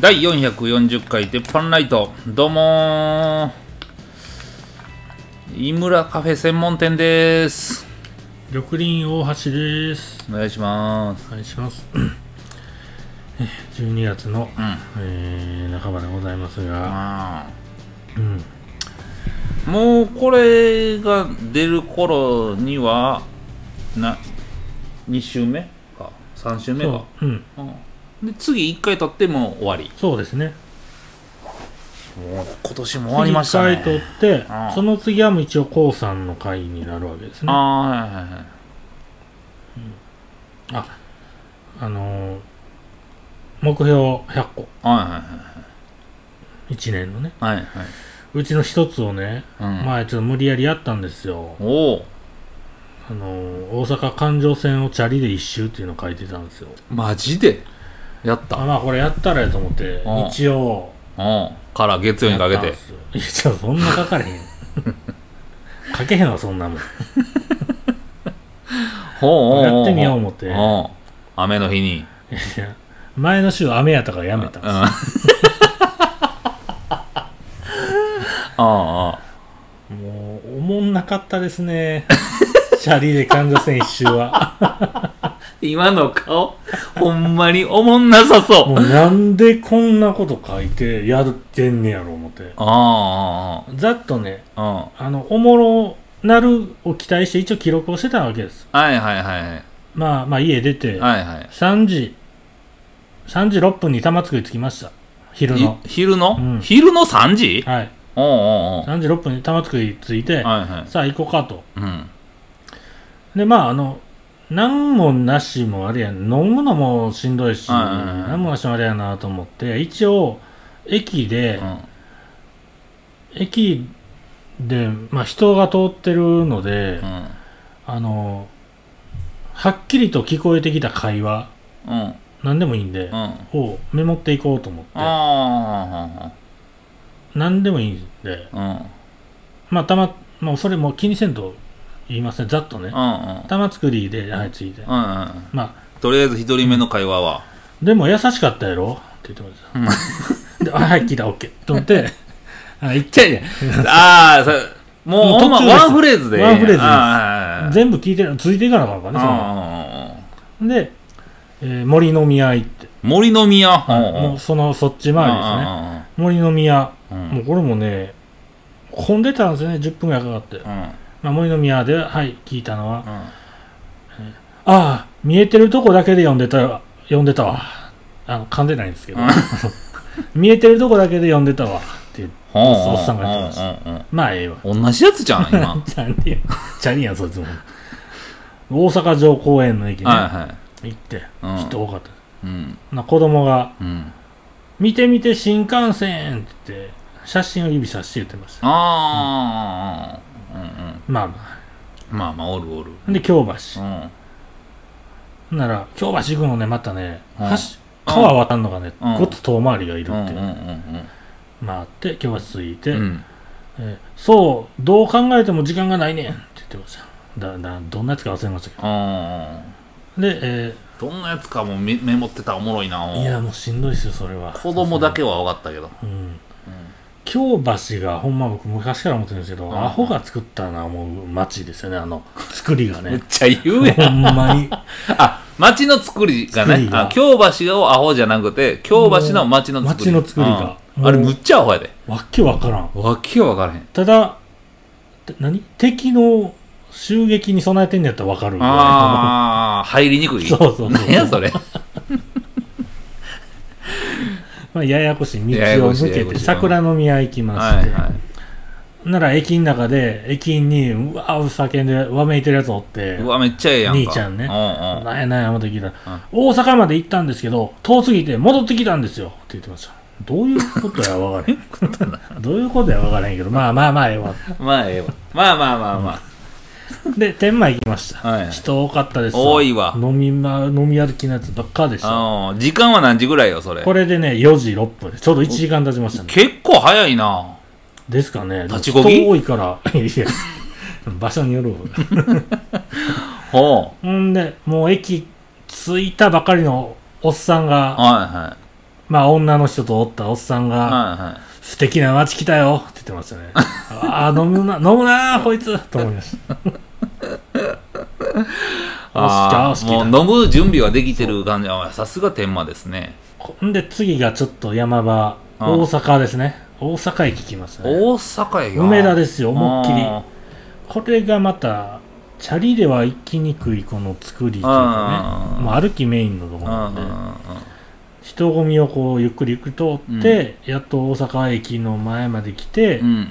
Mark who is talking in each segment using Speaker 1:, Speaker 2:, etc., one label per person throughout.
Speaker 1: 第440回鉄板ライトどうもー井村カフェ専門店です
Speaker 2: 緑林大橋です
Speaker 1: お願いします
Speaker 2: お願いしますえ12月の、
Speaker 1: うん
Speaker 2: えー半ばでございますが、
Speaker 1: あ
Speaker 2: うん、
Speaker 1: ーもうこれが出る頃にはな2週目か3週目
Speaker 2: そ
Speaker 1: か
Speaker 2: う、うん、
Speaker 1: うんで次1回撮ってもう終わり
Speaker 2: そうですね
Speaker 1: もう今年も終わりましたね
Speaker 2: 次回取って、
Speaker 1: うん
Speaker 2: その次はもう一応高さんの回になるわけですねあ
Speaker 1: ああーはいはいはい
Speaker 2: のー目標100個
Speaker 1: は
Speaker 2: 1年のね
Speaker 1: いはいはいはいはい、
Speaker 2: うちの一つをね、
Speaker 1: うん
Speaker 2: 前ちょっと無理やりやったんですよ
Speaker 1: おお
Speaker 2: あのー大阪環状線をチャリで一周っていうのを書いてたんですよ
Speaker 1: マジでやった
Speaker 2: あまあこれやったらやと思って
Speaker 1: うん
Speaker 2: 日曜
Speaker 1: うんから月曜にかけ
Speaker 2: や
Speaker 1: て
Speaker 2: ったんすよいやちょそんなかかれへんかけへんわそ んなもん
Speaker 1: ほう
Speaker 2: やってみよう思って
Speaker 1: ううん雨の日に
Speaker 2: いや前の週雨やったからやめたん
Speaker 1: う
Speaker 2: で
Speaker 1: ん
Speaker 2: すよ
Speaker 1: ああ
Speaker 2: もうおもんなかったですね シャリで患者線一周は
Speaker 1: 今の顔ほんまにおもんなさそう
Speaker 2: もうなんでこんなこと書いてやってんねやろ思って
Speaker 1: ああ
Speaker 2: ざっとね
Speaker 1: ああうん
Speaker 2: あのおもろなるを期待して一応記録をしてたわけです
Speaker 1: はいはいはいはい
Speaker 2: まあまあ家出て
Speaker 1: はいはい
Speaker 2: 3時3時6分に玉造り着きました昼の
Speaker 1: ひ昼の、
Speaker 2: うん
Speaker 1: 昼の3時
Speaker 2: はい
Speaker 1: おうおうおう
Speaker 2: 3時6分に玉造り着いて、
Speaker 1: はいはい
Speaker 2: さあ行こうかと
Speaker 1: うん
Speaker 2: でまああの何もなしもあれやん飲むのもしんどいし、
Speaker 1: はいはいはい
Speaker 2: 何もなしもあれやなと思って一応駅で、
Speaker 1: うん
Speaker 2: 駅で、まあ、人が通ってるので、
Speaker 1: うん
Speaker 2: あのはっきりと聞こえてきた会話
Speaker 1: うん
Speaker 2: 何でもいいんで
Speaker 1: う、ん
Speaker 2: をメモっていこうと思って
Speaker 1: あ
Speaker 2: 何でもいいんで
Speaker 1: あうんうん
Speaker 2: まあたま、まあ、それもう気にせんと言いますねざっと
Speaker 1: う
Speaker 2: ね
Speaker 1: ん
Speaker 2: 玉作りではいついて、
Speaker 1: うんうん
Speaker 2: まあ
Speaker 1: とりあえず一人目の会話は
Speaker 2: でも優しかったやろって言ってました。で、あ、はい、聞いた、OK。と 思って、あ行っ
Speaker 1: いやいやああそれもう
Speaker 2: もう
Speaker 1: ほんま
Speaker 2: 途中です
Speaker 1: ワンフレーズで
Speaker 2: ワンフレーズです
Speaker 1: ーズ
Speaker 2: 全部聞いてる、ついていかなあかんからねそのまま。で、えー森の宮行って、
Speaker 1: 森の宮
Speaker 2: もうその、そっち回りですね。
Speaker 1: ね
Speaker 2: 森の宮、
Speaker 1: うん
Speaker 2: もうこれもね、混んでたんですよね、10分ぐらいかかって。
Speaker 1: うん
Speaker 2: まあ、森の宮で、はい、聞いたのは、
Speaker 1: うん
Speaker 2: ああ、見えてるとこだけで読んでた、読んでたわ。あの、噛んでないんですけど、 見えてるとこだけで読んでたわ。って言って、おっさんがやってました
Speaker 1: うんうん
Speaker 2: まあ、ええわ。
Speaker 1: うん同じやつじゃん 今は
Speaker 2: チャリやん。チャリやん、そいつも。大阪城公園の駅
Speaker 1: い
Speaker 2: ね、
Speaker 1: は
Speaker 2: 行って、
Speaker 1: うん
Speaker 2: 人多かった。
Speaker 1: いうん
Speaker 2: な子供が、
Speaker 1: うん
Speaker 2: 見て見て新幹線って言って、写真を指さして言ってました。
Speaker 1: ああうんうん
Speaker 2: まあま
Speaker 1: まあまあおるおる
Speaker 2: あ。で、京
Speaker 1: う
Speaker 2: 橋。
Speaker 1: ん
Speaker 2: なら、京橋行くのね、またね、
Speaker 1: うん
Speaker 2: 橋、川渡んのがね、
Speaker 1: うん
Speaker 2: ごっつ遠回りがいる
Speaker 1: うん
Speaker 2: っ
Speaker 1: うん
Speaker 2: て
Speaker 1: う。ん
Speaker 2: まああって、京橋着いて、
Speaker 1: うんうん
Speaker 2: えーそう、どう考えても時間がないねんって言ってました。だ、だ、どんなやつか忘れましたけ
Speaker 1: あ
Speaker 2: ど。で、え
Speaker 1: ーどんなやつかもメメモってたらおもろいな
Speaker 2: ーいや、もうしんどいですよ、それは。
Speaker 1: 子供だけは分かったけど
Speaker 2: うん京橋がほんま僕昔から思ってるんですけど、
Speaker 1: ん
Speaker 2: アホが作ったな思う街ですよねあの作りが
Speaker 1: めっ
Speaker 2: ね
Speaker 1: ちゃ言うやん
Speaker 2: ほんまに
Speaker 1: あ、町の作りが
Speaker 2: 作
Speaker 1: ね
Speaker 2: り、が
Speaker 1: あ京橋をアホじゃなくて、京橋の町の作り。
Speaker 2: もう町の作りが
Speaker 1: うん
Speaker 2: もう
Speaker 1: あれ、むっちゃアホやで。
Speaker 2: わっけわからん
Speaker 1: わけわからへん。
Speaker 2: ただて何敵の襲撃に備えてんのやったらわかるぐらいの
Speaker 1: ああ、入りにくい。
Speaker 2: そうそうそう
Speaker 1: なんや それ。
Speaker 2: まあ、ややこしい道
Speaker 1: やや
Speaker 2: を
Speaker 1: こしい
Speaker 2: 抜
Speaker 1: や
Speaker 2: け
Speaker 1: やこ
Speaker 2: て
Speaker 1: しい
Speaker 2: 桜の宮行きまし
Speaker 1: は
Speaker 2: て、
Speaker 1: いはい。
Speaker 2: なら駅の中で駅員にうわー叫んでわめいてるやつおって
Speaker 1: うわ、めっちゃええやんか。
Speaker 2: 兄ちゃんね
Speaker 1: う
Speaker 2: なんんやなんや思って聞いたら、大阪まで行ったんですけど、遠すぎて戻ってきたんですよって言ってました。どういうこと やわからへん。どういうことやわからへんけど、まあまあまあええわ。
Speaker 1: うん。まあ、ええわ。まあまあまあま
Speaker 2: で、天満行きました。
Speaker 1: あ。はい。
Speaker 2: 人多かったです。
Speaker 1: 多いわ
Speaker 2: 飲みま、飲み歩きのやつばっかでした。
Speaker 1: あー時間は何時ぐらいよ、それ
Speaker 2: こ。れでね、4時6分で、ちょうど1時間経ちましたね。
Speaker 1: 結構早いな。
Speaker 2: ですかね。
Speaker 1: 立ちこぎ
Speaker 2: 人多いから、 いや、場所によるわ。
Speaker 1: ほう。
Speaker 2: ほんで、もう駅着いたばかりのおっさんが、
Speaker 1: はいは
Speaker 2: まあ女の人とおったおっさんが、
Speaker 1: はいはい
Speaker 2: 素敵な街来たよって言ってましたね。ああ、飲むな、飲むなー、こいつと思いました。おしきゃ、
Speaker 1: あ
Speaker 2: おし
Speaker 1: ー
Speaker 2: きゃ。
Speaker 1: もう飲む準備はできてる感じあさすが天満ですね
Speaker 2: ほんで次がちょっと山場、
Speaker 1: うん
Speaker 2: 大阪ですね。大阪駅来ましたね。
Speaker 1: 大阪や
Speaker 2: 梅田ですよ、思いっきり。
Speaker 1: あ
Speaker 2: これがまた、チャリでは行きにくいこの作りというか
Speaker 1: う
Speaker 2: ね、
Speaker 1: ん
Speaker 2: もう歩きメインのところ
Speaker 1: ー
Speaker 2: なん
Speaker 1: う
Speaker 2: で
Speaker 1: んう、んうん
Speaker 2: 人混みをこうゆっくりゆっくり通って、やっと大阪駅の前まで来て、
Speaker 1: うん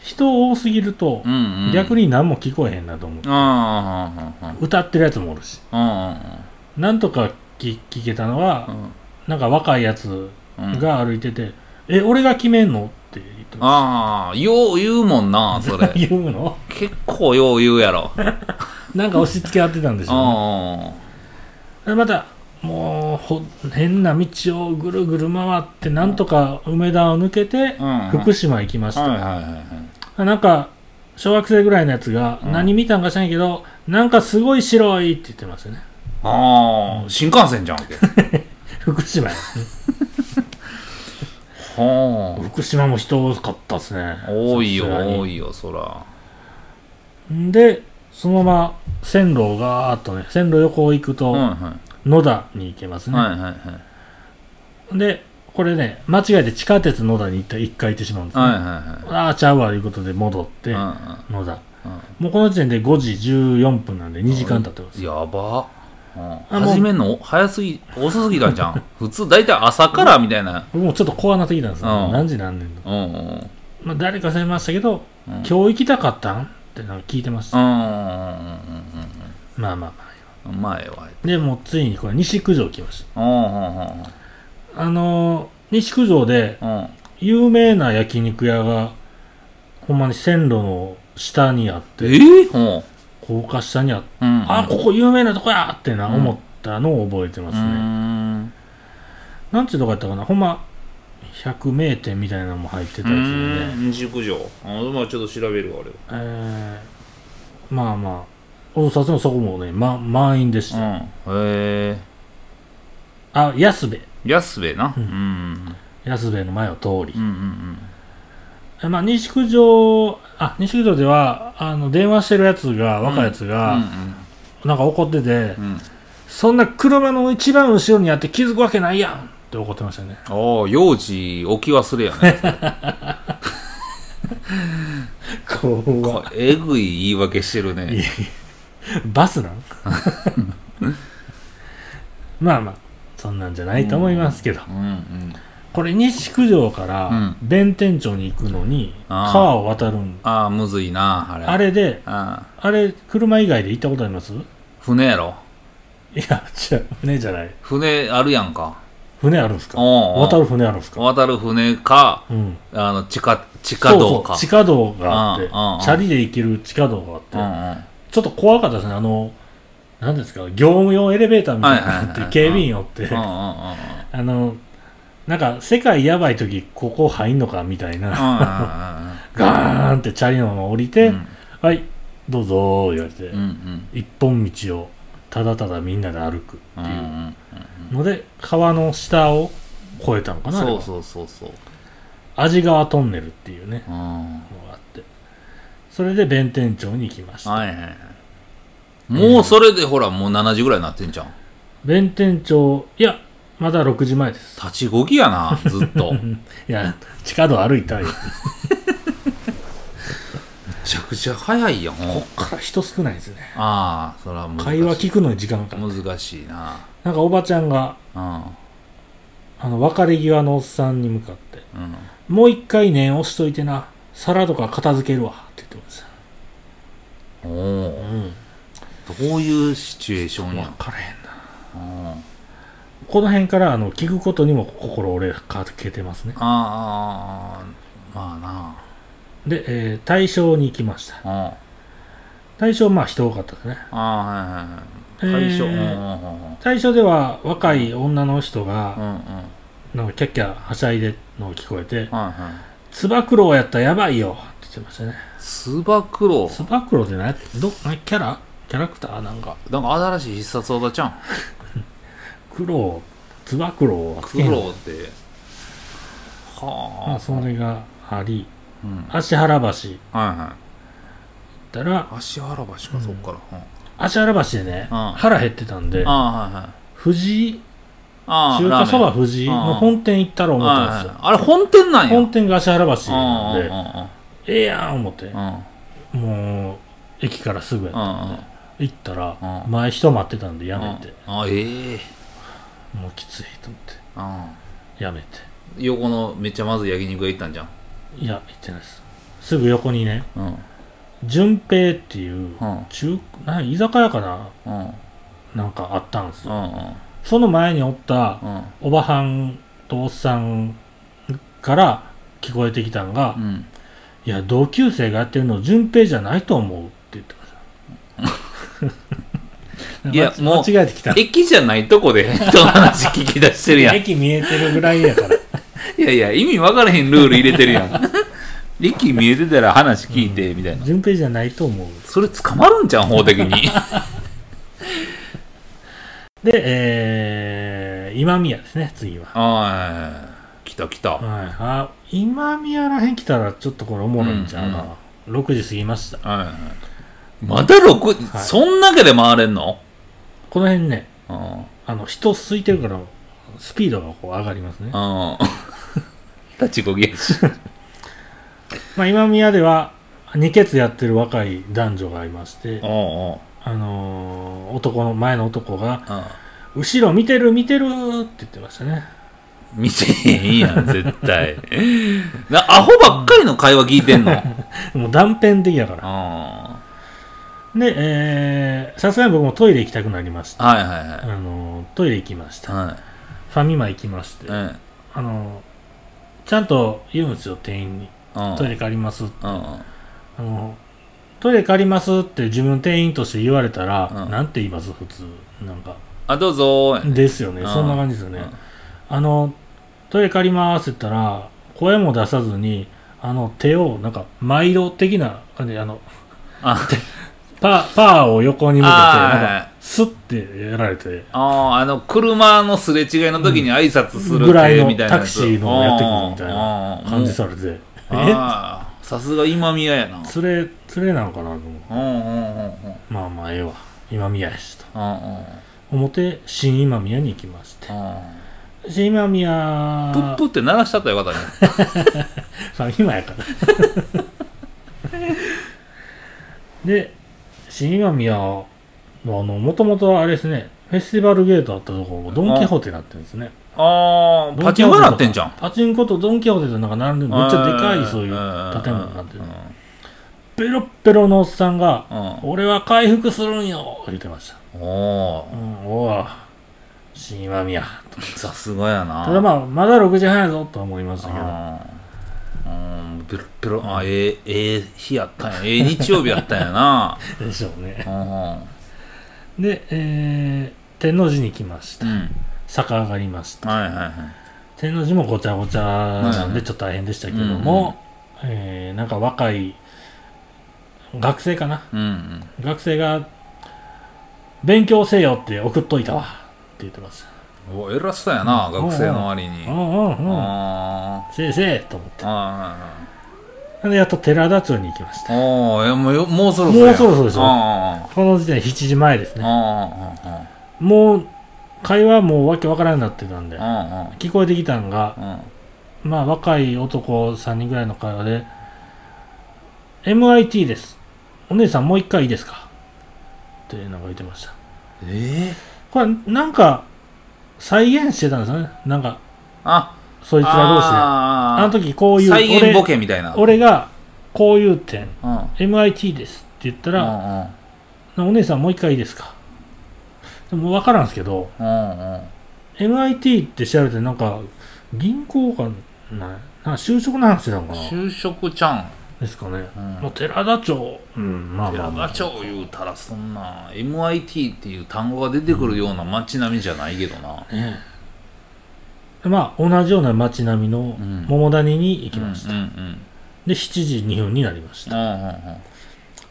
Speaker 2: 人多すぎると
Speaker 1: う、んうん
Speaker 2: 逆
Speaker 1: に
Speaker 2: に何も聞こえへんなと思う。
Speaker 1: ああ
Speaker 2: 歌ってるやつもおるし。
Speaker 1: う
Speaker 2: なんとか聞聞けたのは、
Speaker 1: ん
Speaker 2: なんか若いやつ
Speaker 1: うんうん
Speaker 2: が歩いてて、え、俺が決めんのって言ってま
Speaker 1: ああよう言うもんなそれ
Speaker 2: した。言うの
Speaker 1: 結構よう言うやろ
Speaker 2: なんか押し付け合ってたんでしょ
Speaker 1: あ
Speaker 2: うね、でまた、もうほ、変な道をぐるぐる回って、なんとか梅田を抜けて
Speaker 1: あ、うん
Speaker 2: 福島行きました。
Speaker 1: はいはいはいはい
Speaker 2: なんか、小学生ぐらいのやつが、
Speaker 1: うん
Speaker 2: 何見たんか知らんけど、なんかすごい白いって言ってましたね。
Speaker 1: ああ新幹線じゃんけ
Speaker 2: 福 島や。
Speaker 1: は
Speaker 2: 福島も人多かったっすね。
Speaker 1: あ多いよ
Speaker 2: さすがに
Speaker 1: 多いよそら
Speaker 2: でそのまま線路をガーッとね線路横を行く
Speaker 1: はい
Speaker 2: と
Speaker 1: は
Speaker 2: 野田に行けます
Speaker 1: い
Speaker 2: ね、
Speaker 1: はいはいはい
Speaker 2: でこれね間違えて地下鉄野田に行った一回行ってしまうんですね、
Speaker 1: はいはいはい
Speaker 2: ああちゃうわということで戻って
Speaker 1: うんう
Speaker 2: 野
Speaker 1: ん
Speaker 2: 田
Speaker 1: うん
Speaker 2: もうこの時点で5時14分なんで2時間経ってます
Speaker 1: やば。うん、
Speaker 2: あもう
Speaker 1: 始めんの早すぎ、遅すぎたんじゃん。普通、大体朝からみたいな。
Speaker 2: 僕もちょっと怖なってきたんですよ、
Speaker 1: うん
Speaker 2: 何時何年の、
Speaker 1: うんうん。
Speaker 2: まあ、誰かされましたけど、
Speaker 1: うん
Speaker 2: 今日行きたかったんってなんか聞いてまし
Speaker 1: う
Speaker 2: た、
Speaker 1: んうん
Speaker 2: まあまあま
Speaker 1: うんうん。前は。
Speaker 2: あでもうついにこれ西九条来まし
Speaker 1: うんうんうん
Speaker 2: たあのー西九条で
Speaker 1: うん。うん
Speaker 2: 有名な焼肉屋がほんまに線路の下にあっ
Speaker 1: えう
Speaker 2: て
Speaker 1: ん。
Speaker 2: 高架下にあって、
Speaker 1: うん。
Speaker 2: あここ有名なとこやってな、
Speaker 1: うん
Speaker 2: 思ったのを覚えてま
Speaker 1: う
Speaker 2: すね、
Speaker 1: ーん。
Speaker 2: なんちゅうとこやったかなほんま百名店みたいなのも入ってたやつでね、
Speaker 1: うん。熟女。あ、まあちょっと調べるわ、あれ
Speaker 2: えー、まあまあ大札のそこもね、ま、満員でした、
Speaker 1: は。うん。へえ。
Speaker 2: あ安部
Speaker 1: 安部な。う
Speaker 2: うん
Speaker 1: ん。
Speaker 2: 安部の前を通
Speaker 1: う
Speaker 2: り
Speaker 1: んう、ん
Speaker 2: えまあ、西九条あ西九条ではあの電話してるやつが若いやつ
Speaker 1: うん。
Speaker 2: が、
Speaker 1: うん
Speaker 2: なんか怒ってて、
Speaker 1: うんうん。
Speaker 2: そんな車の一番後ろにあって気づくわけないやんって怒ってましたね。
Speaker 1: ああ、幼児置き忘れやね。
Speaker 2: 怖
Speaker 1: えぐい言い訳してる
Speaker 2: いや
Speaker 1: ね。
Speaker 2: バスなんまあまあ、そんなんじゃないと思いますけど。
Speaker 1: うんうん。
Speaker 2: これ西九条か
Speaker 1: う
Speaker 2: ら
Speaker 1: ん
Speaker 2: 弁天町に行くのに
Speaker 1: あー
Speaker 2: 川を渡るん。
Speaker 1: ああ、むずいな、あれ。
Speaker 2: あれで、
Speaker 1: ああ
Speaker 2: あれ、車以外で行ったことありますい
Speaker 1: 船やろ
Speaker 2: や、違う、船じゃない。
Speaker 1: 船あるやんか
Speaker 2: 船あるんすか
Speaker 1: おうおう
Speaker 2: 渡る船あるんすか
Speaker 1: 渡る船か
Speaker 2: うん。
Speaker 1: あの地下地下道
Speaker 2: そうそ
Speaker 1: か
Speaker 2: う地下道があって、
Speaker 1: う
Speaker 2: チ
Speaker 1: んうんうん
Speaker 2: ャリで行ける地下道があって、
Speaker 1: うんうん
Speaker 2: ちょっと怖かったですね。あの、何ですか、業務用エレベーターみたいなの
Speaker 1: はい
Speaker 2: っ
Speaker 1: はいはい
Speaker 2: て、警備員おって、
Speaker 1: うんう
Speaker 2: あ
Speaker 1: んうん
Speaker 2: の、なんか、世界やばい時、ここ入んのかみたいな、ガーンってチャリのまま降りて、はい、どうぞー言われて、
Speaker 1: うんうんうんうんうん
Speaker 2: 一本道を、ただただみんなで歩くって
Speaker 1: うんう
Speaker 2: い
Speaker 1: ん
Speaker 2: うので、川の下を越えたのかな、あれ
Speaker 1: そ
Speaker 2: は
Speaker 1: うそうそうそう
Speaker 2: 味川トンネルっていうね、
Speaker 1: うん
Speaker 2: のがあって、それで弁天町に行きました。
Speaker 1: はいはいはいもうそれでほらもう7時ぐらいになってんじゃん
Speaker 2: 弁天町、いや、まだ6時前です。
Speaker 1: 立ちこぎやなずっ とめ
Speaker 2: いや、地下道歩いたよ。
Speaker 1: ちゃくちゃ早いやん
Speaker 2: こっから人少ないですね。
Speaker 1: ああそれは難しい
Speaker 2: 会話聞くのに時間かかる。
Speaker 1: 難しいな
Speaker 2: なんかおばちゃんが、
Speaker 1: うん
Speaker 2: あの、別れ際のおっさんに向かって、
Speaker 1: うん
Speaker 2: もう一回念押しといてな、皿とか片付けるわ、って言ってました。
Speaker 1: おお
Speaker 2: うん。
Speaker 1: どういうシチュエーションや
Speaker 2: 分からへんな。
Speaker 1: うん
Speaker 2: この辺から、あの、聞くことにも心折れかけてますね。
Speaker 1: ああま
Speaker 2: で、えー、大正に行きました。
Speaker 1: あな
Speaker 2: 大正、まあ人多かったですね。
Speaker 1: あああはいはいはい
Speaker 2: え
Speaker 1: 対象うん
Speaker 2: ー大正では若い女の
Speaker 1: う
Speaker 2: 人
Speaker 1: んう
Speaker 2: が、
Speaker 1: んうんうん
Speaker 2: なんかキャッキャはしゃいでるの聞こえて、
Speaker 1: はいはい
Speaker 2: つば九郎やったらやばいよ、って言ってましたね。
Speaker 1: つば九郎
Speaker 2: スパクロって何やってど何キャラキャラクターなんか
Speaker 1: なんか新しい必殺技ちゃん
Speaker 2: 苦労つば九郎はつ
Speaker 1: 苦
Speaker 2: けへん
Speaker 1: 労ってはあ、
Speaker 2: まあそれがあり
Speaker 1: うん、はい
Speaker 2: 芦原橋行っ
Speaker 1: は
Speaker 2: たら
Speaker 1: い足原橋か、そっから、うん、
Speaker 2: 芦原橋でね
Speaker 1: うん
Speaker 2: 腹減ってたんで
Speaker 1: ああはいはい
Speaker 2: 藤井
Speaker 1: ああ
Speaker 2: 中華そば
Speaker 1: ラーメン
Speaker 2: 藤井の本店行ったろう思った
Speaker 1: は
Speaker 2: んです
Speaker 1: い
Speaker 2: よ
Speaker 1: はいあれ本店なんや
Speaker 2: 本店が芦原橋
Speaker 1: あ
Speaker 2: なんで
Speaker 1: あ
Speaker 2: ええやん思って
Speaker 1: あああ
Speaker 2: もう駅からすぐやったん
Speaker 1: うん
Speaker 2: で行ったら
Speaker 1: うん
Speaker 2: 前人待ってたんでやめて
Speaker 1: あああええ
Speaker 2: もうきついと思って
Speaker 1: ああ
Speaker 2: やめて
Speaker 1: 横のめっちゃまずい焼肉屋行ったんじゃん
Speaker 2: いや行ってないですすぐ横にね
Speaker 1: うん
Speaker 2: 純平っていう
Speaker 1: うん
Speaker 2: 中なん居酒屋かな
Speaker 1: うんうん
Speaker 2: なんかあったんです
Speaker 1: う
Speaker 2: よ
Speaker 1: ん
Speaker 2: その前におった
Speaker 1: うん
Speaker 2: おばはんとおっさんから聞こえてきたんが、
Speaker 1: うん
Speaker 2: いや同級生がやってるの順平じゃないと思うって言ってました
Speaker 1: いや
Speaker 2: 間
Speaker 1: もう
Speaker 2: 間違えてきた
Speaker 1: 駅じゃないとこで人の話聞き出してるやんい
Speaker 2: 駅見えてるぐらいやから
Speaker 1: やいや意味分からへんルール入れてるやん 駅見えてたら話聞いてみたいな
Speaker 2: 順平じゃないと思う
Speaker 1: それ捕まるんじゃん法的 に
Speaker 2: でえー、今宮ですね次は、
Speaker 1: ああ来た来たはい
Speaker 2: はい、あ今宮らへん来たらちょっとこれおもろいんちゃう
Speaker 1: うん
Speaker 2: な、6時過ぎました
Speaker 1: はいまだ6、
Speaker 2: はい
Speaker 1: そんだけで回れんの
Speaker 2: この辺ね
Speaker 1: うん
Speaker 2: あの人空いてるからスピードがこう上がりますね
Speaker 1: うん。立ちこぎやし。
Speaker 2: まあ、今宮では二ケツやってる若い男女がいまして
Speaker 1: お、うおう。
Speaker 2: あのー男の前の男が
Speaker 1: うん。
Speaker 2: 「後ろ見てる見てる」って言ってましたね
Speaker 1: 見てへんやん、絶対。な、アホばっかりの会話聞いてんの。
Speaker 2: もう断片的だから
Speaker 1: あ
Speaker 2: でえーさすがに僕もトイレ行きたくなりまし
Speaker 1: あ。
Speaker 2: た、
Speaker 1: はいはいはい
Speaker 2: あ。のートイレ行きました、
Speaker 1: はい。
Speaker 2: ファミマ行きまして、
Speaker 1: うん。
Speaker 2: あのーちゃんと言うんですよ店員に
Speaker 1: うん
Speaker 2: 「トイレ借ります」
Speaker 1: うん。
Speaker 2: あのートイレ借りますって自分店員として言われたら、
Speaker 1: うん
Speaker 2: なんて言います普通なんか
Speaker 1: あ、どうぞー。
Speaker 2: ですよね、
Speaker 1: うん
Speaker 2: そんな感じですよね、
Speaker 1: うん
Speaker 2: あのトイレ借りますって言ったら声も出さずにあの手をなんか毎度的な感じであの
Speaker 1: あ、
Speaker 2: パーパーを横に向けて
Speaker 1: あー
Speaker 2: なんかスッてやられて
Speaker 1: あーあの、車のすれ違いの時に挨拶する
Speaker 2: ぐらい
Speaker 1: み
Speaker 2: の
Speaker 1: たいな
Speaker 2: タ
Speaker 1: や
Speaker 2: ク
Speaker 1: つ
Speaker 2: シーのやってくるみたいな感じ。されて
Speaker 1: うんうんうんああ。さすが今宮やな。
Speaker 2: え連れ連れなのかなと思う
Speaker 1: うんうんうんうん。
Speaker 2: まあまあええわ今宮やしと
Speaker 1: うん
Speaker 2: 思って新今宮に行きまして
Speaker 1: うんうん。
Speaker 2: 新今宮
Speaker 1: プップって鳴らしたったらよかったね。
Speaker 2: ファミマやから。 で、新今宮は、あの、もともとあれですね、フェスティバルゲートあったところ、ドン・キホーテになってるんですね。
Speaker 1: ああ、パチンコなってんじゃん。
Speaker 2: パチンコとドン・キホーテとなんか並んでる、めっちゃでかいそういう建物になってる
Speaker 1: うん。
Speaker 2: ペロッペロのおっさんが、
Speaker 1: う
Speaker 2: 俺は回復するんよ言ってました。
Speaker 1: ん。お
Speaker 2: う
Speaker 1: ー
Speaker 2: ん、おわ、新今宮。
Speaker 1: さすがやな。
Speaker 2: ただまあ、まだ6時半やぞとは思いましたけど、
Speaker 1: うん。うん、ペロペロ、あ、ええ、ええ日やったんや。ええ日曜日やったんやな。
Speaker 2: でしょうね。
Speaker 1: う
Speaker 2: で、えー、天王寺に来ました
Speaker 1: ん。う。ん。
Speaker 2: 坂上がりました。
Speaker 1: はいはいはい。
Speaker 2: 天の字もごちゃごちゃなん
Speaker 1: う
Speaker 2: で
Speaker 1: ん
Speaker 2: ちょっと大変でしたけども、えーなんか若い学生かな
Speaker 1: うんうん。
Speaker 2: 学生が「勉強せよ」って送っといたわって言ってました
Speaker 1: お偉そうやな、学生の割に。
Speaker 2: う
Speaker 1: あ
Speaker 2: んうんうん
Speaker 1: あ
Speaker 2: せいせいと思っ
Speaker 1: ー。
Speaker 2: て
Speaker 1: ああ。
Speaker 2: でやっと寺田町に行きました
Speaker 1: おーえもうよ、もうそろそろや。
Speaker 2: もうそろそろでしょ
Speaker 1: あ
Speaker 2: この時点で7時前です
Speaker 1: あ。
Speaker 2: ね
Speaker 1: ああ。あ
Speaker 2: もう会話もうわけわからんなってたんで
Speaker 1: あ。あ
Speaker 2: 聞こえてきたんが
Speaker 1: あ。うん。
Speaker 2: まあ若い男3人ぐらいの会話で「MIT ですお姉さんもう一回いいですか?」ってなんか言ってました
Speaker 1: ええ。
Speaker 2: これなんか再現してたんですよねなんか
Speaker 1: あ、
Speaker 2: そいつら同士であ
Speaker 1: あー
Speaker 2: の時こういう
Speaker 1: 再現ボケみたいな。
Speaker 2: 俺俺がこういう点
Speaker 1: うん、うんうん
Speaker 2: MIT ですって言ったら、お姉さんもう一回いいですかでも分からんすけど
Speaker 1: うんうん
Speaker 2: MIT って調べてなんか銀行かななんか就職の話なのかな
Speaker 1: 就職ちゃん。
Speaker 2: ですかね、
Speaker 1: うん
Speaker 2: もう寺田町うんまあまあま
Speaker 1: 寺
Speaker 2: あ
Speaker 1: 田町言うたらそんな、MIT っていう単語が出てくるような街並みじゃないけどな。
Speaker 2: ねえまあ同じような街並みの
Speaker 1: うん
Speaker 2: 桃谷に行きました、
Speaker 1: うんうん
Speaker 2: で7時2分になりま
Speaker 1: う
Speaker 2: し
Speaker 1: ん。う
Speaker 2: た、
Speaker 1: んうんうん。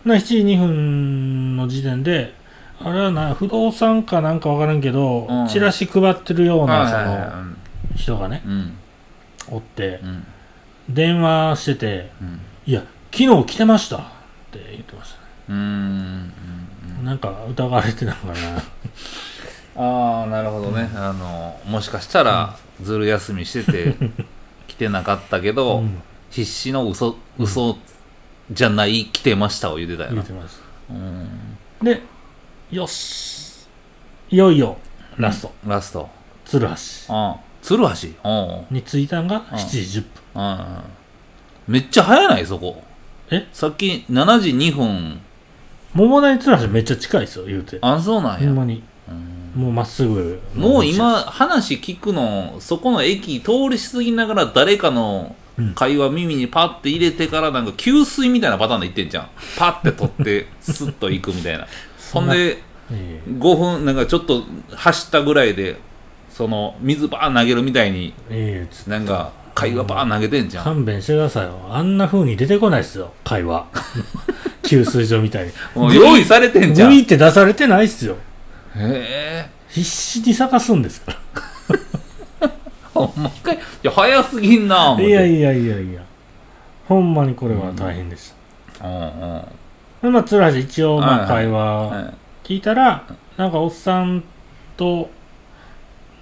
Speaker 2: な7時2分の時点であれはな、不動産かなんかわからんけど、
Speaker 1: うん
Speaker 2: チラシ配ってるよ
Speaker 1: は
Speaker 2: う
Speaker 1: い
Speaker 2: な、
Speaker 1: はいはい
Speaker 2: その、人がね、
Speaker 1: うん
Speaker 2: おって
Speaker 1: う、ん
Speaker 2: 電話してて、
Speaker 1: うん
Speaker 2: いや、昨日来てましたって言ってましたね。
Speaker 1: うーん
Speaker 2: なんか疑われてたのかな。
Speaker 1: ああなるほどね、あのもしかしたらずる休みしてて来てなかったけど、
Speaker 2: うん
Speaker 1: 必死の嘘嘘じゃない来てましたを言ってたよ
Speaker 2: 言
Speaker 1: な
Speaker 2: ってました。
Speaker 1: うん
Speaker 2: で、よし。いよいよ、ラスト、
Speaker 1: ラスト
Speaker 2: 鶴橋
Speaker 1: あ鶴橋うんうん
Speaker 2: に着いたんが7時10分。
Speaker 1: うんめっちゃ早ないそこ
Speaker 2: え
Speaker 1: さっき7時2分
Speaker 2: 桃谷鶴橋めっちゃ近いですよ、言うて。
Speaker 1: あそうなん
Speaker 2: ほ
Speaker 1: や
Speaker 2: んまに。
Speaker 1: うん
Speaker 2: もうまっすぐ。
Speaker 1: もう、今話聞くのそこの駅通り過ぎながら誰かの
Speaker 2: うん
Speaker 1: 会話耳にパッて入れてからなんか給水みたいなパターンで行ってんじゃんパッて取 ってスッと行くみたいな
Speaker 2: そ
Speaker 1: ほ
Speaker 2: ん
Speaker 1: ん
Speaker 2: な
Speaker 1: で
Speaker 2: ええ
Speaker 1: 5分なんかちょっと走ったぐらいでその水バーン投げるみたいに
Speaker 2: ええつ
Speaker 1: なんか会話バーン投げてんじゃん
Speaker 2: 勘弁してくださいよ。あんな風に出てこないですよ、会話。 給水所みたいに。
Speaker 1: もう用意されてんじゃん
Speaker 2: グイ
Speaker 1: へ
Speaker 2: って出されてないっすよ。
Speaker 1: え
Speaker 2: 必死に探すんですか
Speaker 1: ほんまかいいや早すぎんな思っ
Speaker 2: ら。
Speaker 1: て
Speaker 2: いやいやいやいや。ほんまにこれは大変でした。
Speaker 1: うんうん
Speaker 2: でまあ、鶴橋一応、まあ、
Speaker 1: はい
Speaker 2: 会
Speaker 1: はい
Speaker 2: 話聞いたら、なんかおっさんと、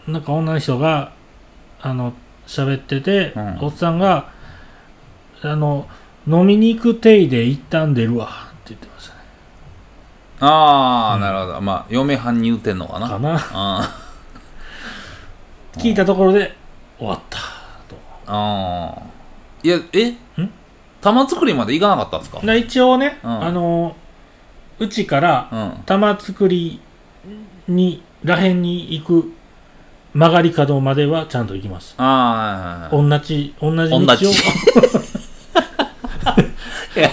Speaker 2: なんか女の人が、あの、喋ってて、
Speaker 1: うん
Speaker 2: おっさんが、あの、飲みに行く手で一旦出るわ、って言ってましたね。
Speaker 1: ああ、なるほど。まあ、嫁はんに言うてんのかな。
Speaker 2: かな。
Speaker 1: あ
Speaker 2: 聞いたところで、終わった、と。
Speaker 1: あ。ああ。いや、え玉作りまで行かなかったんですか
Speaker 2: で一応ね、
Speaker 1: うん
Speaker 2: あの、うちから、
Speaker 1: うん。
Speaker 2: 玉作りに、らへんに行く曲がり角まではちゃんと行きました。
Speaker 1: ああ、はいはいはい。
Speaker 2: 同じ、同じ道を
Speaker 1: 同じ。い や、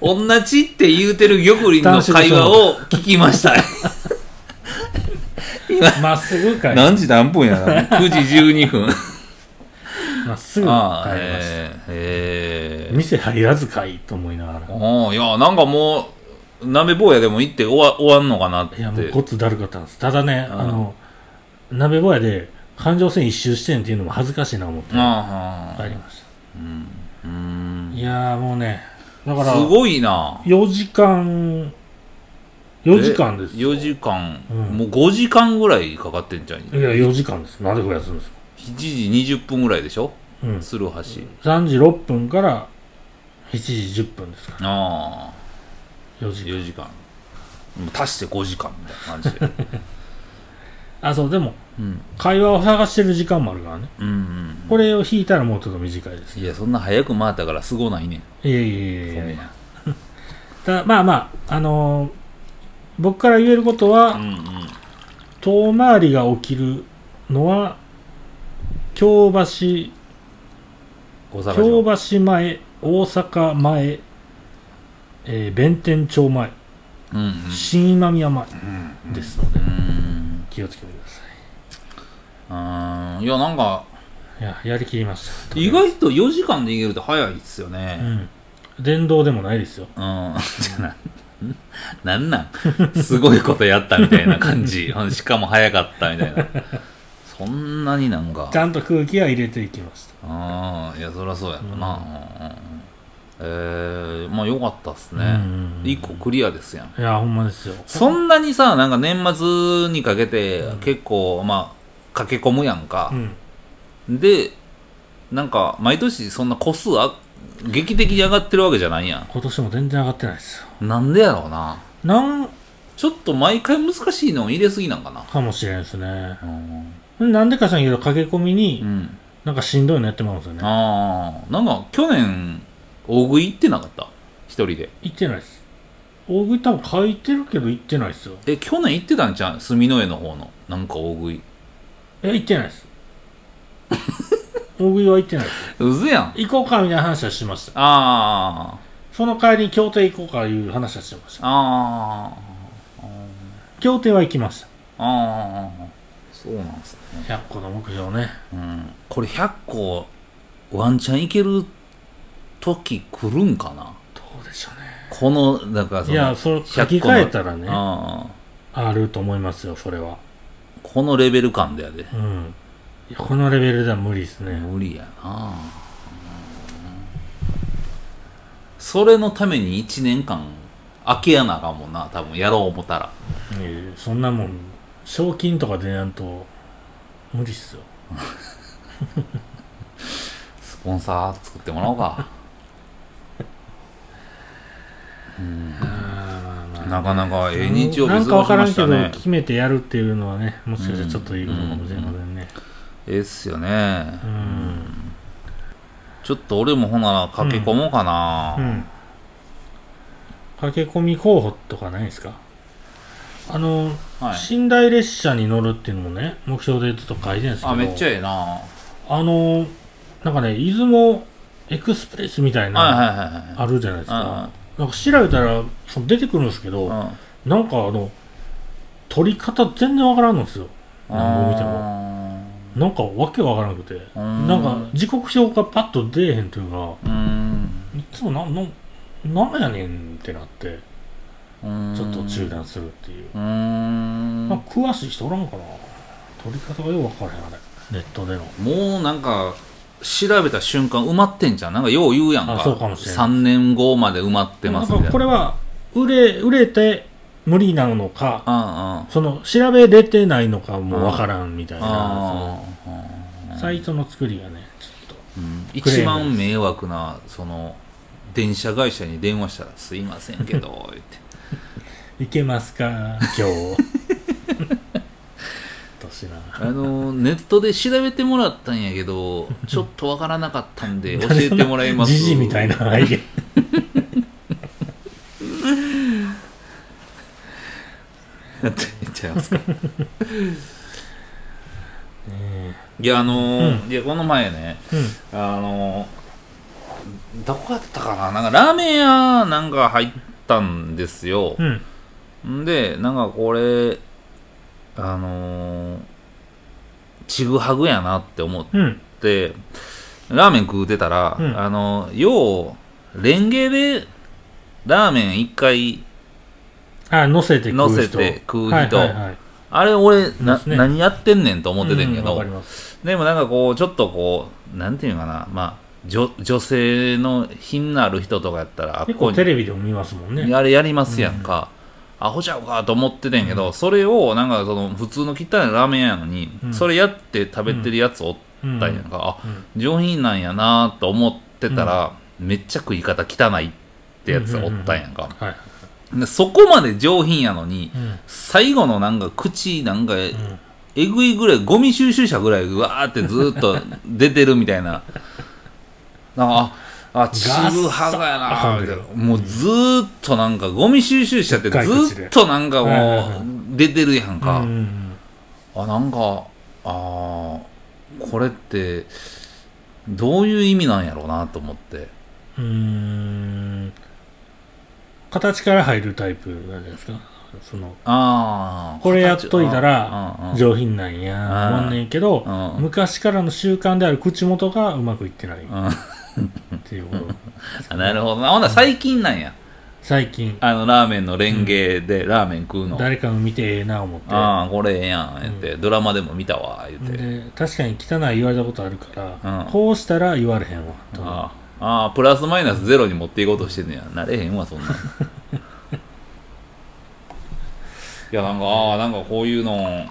Speaker 1: 同じって言うてる玉林の会話を聞きま した。
Speaker 2: まっすぐ帰り、
Speaker 1: 何時何分やな ?9 時12分。
Speaker 2: まっすぐ帰り
Speaker 1: あ
Speaker 2: ま
Speaker 1: あ、
Speaker 2: し
Speaker 1: へえ
Speaker 2: た。。店入らずかいと思いながら。
Speaker 1: おいや、なんかもう、鍋坊やでも行って終わ終わんのかなって。
Speaker 2: いや、もうごっつだるかったんです。ただね、
Speaker 1: うん
Speaker 2: あの、鍋小屋で環状線一周してんっていうのも恥ずかしいな思って、
Speaker 1: ああ、
Speaker 2: 帰りました。
Speaker 1: うん。うん
Speaker 2: いやーもうね、だから、
Speaker 1: すごいな。
Speaker 2: 4時間、4時間です。い
Speaker 1: 4時間、
Speaker 2: うん
Speaker 1: もう5時間ぐらいかかってんじゃん。7
Speaker 2: や、4時間です。なんでこれやすんですか。
Speaker 1: 時20分ぐらいでしょ
Speaker 2: うん。
Speaker 1: 鶴橋。
Speaker 2: 3時6分から7時10分ですか
Speaker 1: ああ、
Speaker 2: ら。4時間。
Speaker 1: 4時間。もう足して5時間みたいな感 じで。
Speaker 2: あ、そう、でも、
Speaker 1: うん。
Speaker 2: 会話を探してる時間もあるからね。
Speaker 1: うんうん。
Speaker 2: これを引いたらもうちょっと短いです。
Speaker 1: いや、そんな早く回ったからすごないねん。
Speaker 2: いやいやいやいや
Speaker 1: そん
Speaker 2: いや
Speaker 1: な
Speaker 2: ただまあまあ、あのー僕から言えること
Speaker 1: う
Speaker 2: は、
Speaker 1: んうん。
Speaker 2: 遠回りが起きるのは、京橋、
Speaker 1: 大阪
Speaker 2: 京
Speaker 1: 城。
Speaker 2: 橋前、大阪前、えー弁天町前、
Speaker 1: うんうん。
Speaker 2: 新今宮前
Speaker 1: うん
Speaker 2: ですので、
Speaker 1: うん。
Speaker 2: 気をつけてください。
Speaker 1: あーいや、なんか、
Speaker 2: いや、やりきりました。
Speaker 1: 意外と4時間で行けるって早いっすよね。
Speaker 2: うん。電動でもないですよ。
Speaker 1: うん、 じゃな、なんなんすごいことやったみたいな感 じ。ほんでしかも早かったみたいな。そんなになんか
Speaker 2: ち。ゃんと空気は入れていきました。
Speaker 1: うん、いや、そりゃそうやろな。うんうんうんえー、まあよかったっす
Speaker 2: うん
Speaker 1: ね。
Speaker 2: うんうん
Speaker 1: 一個クリアですやん。
Speaker 2: いや、ほんまですよ。
Speaker 1: そんなにさ、なんか年末にかけて結構、まあ、駆け込むやんか
Speaker 2: う。ん。
Speaker 1: で、なんか、毎年そんな個数あ、劇的に上がってるわけじゃないや
Speaker 2: 今年も全然上がってないですよ。
Speaker 1: ん。なんでやろうな。
Speaker 2: なん
Speaker 1: ちょっと毎回難しいのを入れすぎなんかな。
Speaker 2: かもしれないですね。
Speaker 1: うん。
Speaker 2: なんでか知らんけど、駆け込み
Speaker 1: う
Speaker 2: に、
Speaker 1: ん、
Speaker 2: なんかしんどいのやってまうんですよね。
Speaker 1: ああ、なんか去年、大食い行ってなかった一人で。
Speaker 2: 行ってないです。大食い多分書いてるけど行ってないですよ。
Speaker 1: え、去年行ってたんじゃん住之江の方の。なんか大食い。
Speaker 2: え、行ってない です。大食いは行ってないです。
Speaker 1: うずやん。
Speaker 2: 行こうかみたいな話はしました。
Speaker 1: あ
Speaker 2: その帰りに協定行こうかいう話はしてまし
Speaker 1: あ、
Speaker 2: た。
Speaker 1: あ
Speaker 2: 協定は行きました。
Speaker 1: あ、ああ、そうなんですね。
Speaker 2: 100個の目標ね。
Speaker 1: うん。これ100個、ワンチャンいける時来るんかな
Speaker 2: どうでしょうね。
Speaker 1: このだから
Speaker 2: いや、それ書き換えたらね、あ
Speaker 1: あ
Speaker 2: ると思いますよ、それは。
Speaker 1: このレベル感でやで
Speaker 2: うん。いやこのレベルでは無理ですね。
Speaker 1: 無理やなそれのために1年間空けやなあかんもんな多分やろう思ったら
Speaker 2: ええそんなもん、賞金とかでやんと、無理っすよ。
Speaker 1: スポンサー作ってもらおう か
Speaker 2: あーまあ
Speaker 1: なかなかええ日曜
Speaker 2: なん
Speaker 1: 日
Speaker 2: か
Speaker 1: 過
Speaker 2: わ
Speaker 1: ごし
Speaker 2: から
Speaker 1: ま
Speaker 2: ん
Speaker 1: し
Speaker 2: け
Speaker 1: た
Speaker 2: ど
Speaker 1: ね
Speaker 2: 決めてやるっていうのはねもしかしたらちょっといいことかもしれませんね
Speaker 1: ええっすよね
Speaker 2: うんうん、
Speaker 1: ちょっと俺もほんなら駆け込もうかな、
Speaker 2: 駆け込み候補とかないですかあの、
Speaker 1: はい
Speaker 2: 寝台列車に乗るっていうのもね目標でちょっと書いてるんですけど
Speaker 1: あめっちゃええなは
Speaker 2: あのなんかね出雲エクスプレスみたい
Speaker 1: いはい
Speaker 2: な
Speaker 1: はいはい
Speaker 2: あるじゃないですか、
Speaker 1: うんうん
Speaker 2: なんか調べたらその出てくるんですけど、
Speaker 1: うん
Speaker 2: なんかあの取り方全然わからんのですよなんぼ見ても
Speaker 1: も
Speaker 2: なんかわけわからなくて、
Speaker 1: ん
Speaker 2: なんか時刻表がパッと出えへんというか、
Speaker 1: うん
Speaker 2: いつもな、なん、なんやねんってなって、
Speaker 1: うん
Speaker 2: ちょっと中断するっていう。
Speaker 1: うーん
Speaker 2: まあ、詳しい人おらんかな。取り方がよくわからへん、あれ。ネットでの。
Speaker 1: もうなんか調べた瞬間埋まってんじゃんなんかよう言うやんか
Speaker 2: あそうかもしれん
Speaker 1: 3年後まで埋まってますみ
Speaker 2: な
Speaker 1: た
Speaker 2: ん
Speaker 1: いな
Speaker 2: かこれは、売れ、売れて無理なのか、
Speaker 1: あ
Speaker 2: その、調べれてないのかもわからんみたい
Speaker 1: ああ
Speaker 2: な、
Speaker 1: あ
Speaker 2: そのサイトの作りがね、ちょっと。
Speaker 1: うん
Speaker 2: クレ
Speaker 1: 一
Speaker 2: ーム
Speaker 1: 番迷惑なその電車会社に電話したら「すいませんけど」言って
Speaker 2: いけますか、今 日。年な。
Speaker 1: あのネットで調べてもらったんやけ どちょっとわからなかったんで教えてもらえます
Speaker 2: じじみたいな相手。
Speaker 1: やって言っちゃい ますかいやあのーいやこの前ね
Speaker 2: う
Speaker 1: あのどこやったかななんかラーメン屋なんか入ったんですよ
Speaker 2: ん。う、ん。
Speaker 1: ん、でなんかこれあのーちぐはぐやなって思っ
Speaker 2: うん。
Speaker 1: てラーメン食うてたら、
Speaker 2: うん
Speaker 1: あのようレンゲでラーメン一回
Speaker 2: あ、乗せて食う人。
Speaker 1: 乗せて食う人
Speaker 2: はいはいはい、
Speaker 1: あれ俺
Speaker 2: いま
Speaker 1: な、
Speaker 2: すね
Speaker 1: 何やってんねんと思っててんけ
Speaker 2: うわ
Speaker 1: ど、
Speaker 2: かります。
Speaker 1: でもなんかこうちょっとこうなんていうのかなまあ女女性の品のある人とかやったらあっ
Speaker 2: 結
Speaker 1: こ
Speaker 2: 構
Speaker 1: に
Speaker 2: テレビでも見ますもんね。
Speaker 1: あれやりますやんか、アホちゃうかと思ってたんやけど、それをなんかその普通の汚いラーメン屋やのに、
Speaker 2: うん
Speaker 1: それやって食べてるやつおった
Speaker 2: うん
Speaker 1: んやんか、
Speaker 2: うん
Speaker 1: あ上品なんやなと思ってたら、めっちゃ食い方汚いってやつおったんやんか、
Speaker 2: はい。
Speaker 1: でそこまで上品やのに、
Speaker 2: うん。
Speaker 1: 最後のなんか口なんか
Speaker 2: うん
Speaker 1: えぐいぐらい、ゴミ収集車ぐらい、うわーってずーっと出てるみたいな。 なんか、あ、あちぐはがやなーみたいな。もうずーっとなんか、ゴミ収集車ってずーっとなんか
Speaker 2: はいはい
Speaker 1: も
Speaker 2: は
Speaker 1: う、出てるやん
Speaker 2: う
Speaker 1: か。
Speaker 2: ん
Speaker 1: あ、なんか、あーこれって、どういう意味なんやろうなと思って。
Speaker 2: うーん。形から入るタイプなんじゃないですか。その、
Speaker 1: あー
Speaker 2: これやっといた
Speaker 1: うんうん
Speaker 2: ら
Speaker 1: うん
Speaker 2: 上品なんや、
Speaker 1: うん
Speaker 2: 思わんねんけど
Speaker 1: う、ん
Speaker 2: 昔からの習慣である口元がうまくいってないっ
Speaker 1: うん
Speaker 2: ていうこと。
Speaker 1: あなるほどな。ほんなら最近なんや。
Speaker 2: 最近、
Speaker 1: あの、ラーメンのレンゲでラーメン食うの。
Speaker 2: 誰かの見てええな思って。
Speaker 1: ああこれええやん言って、ドラマでも見たわ言って、
Speaker 2: で確かに汚い言われたことあるから、
Speaker 1: うん
Speaker 2: こうしたら言われへんわと
Speaker 1: ああああプラスマイナスゼロに持っていこうとしてんねやなれへんわそんなんいやなんかああなんかこういうのなん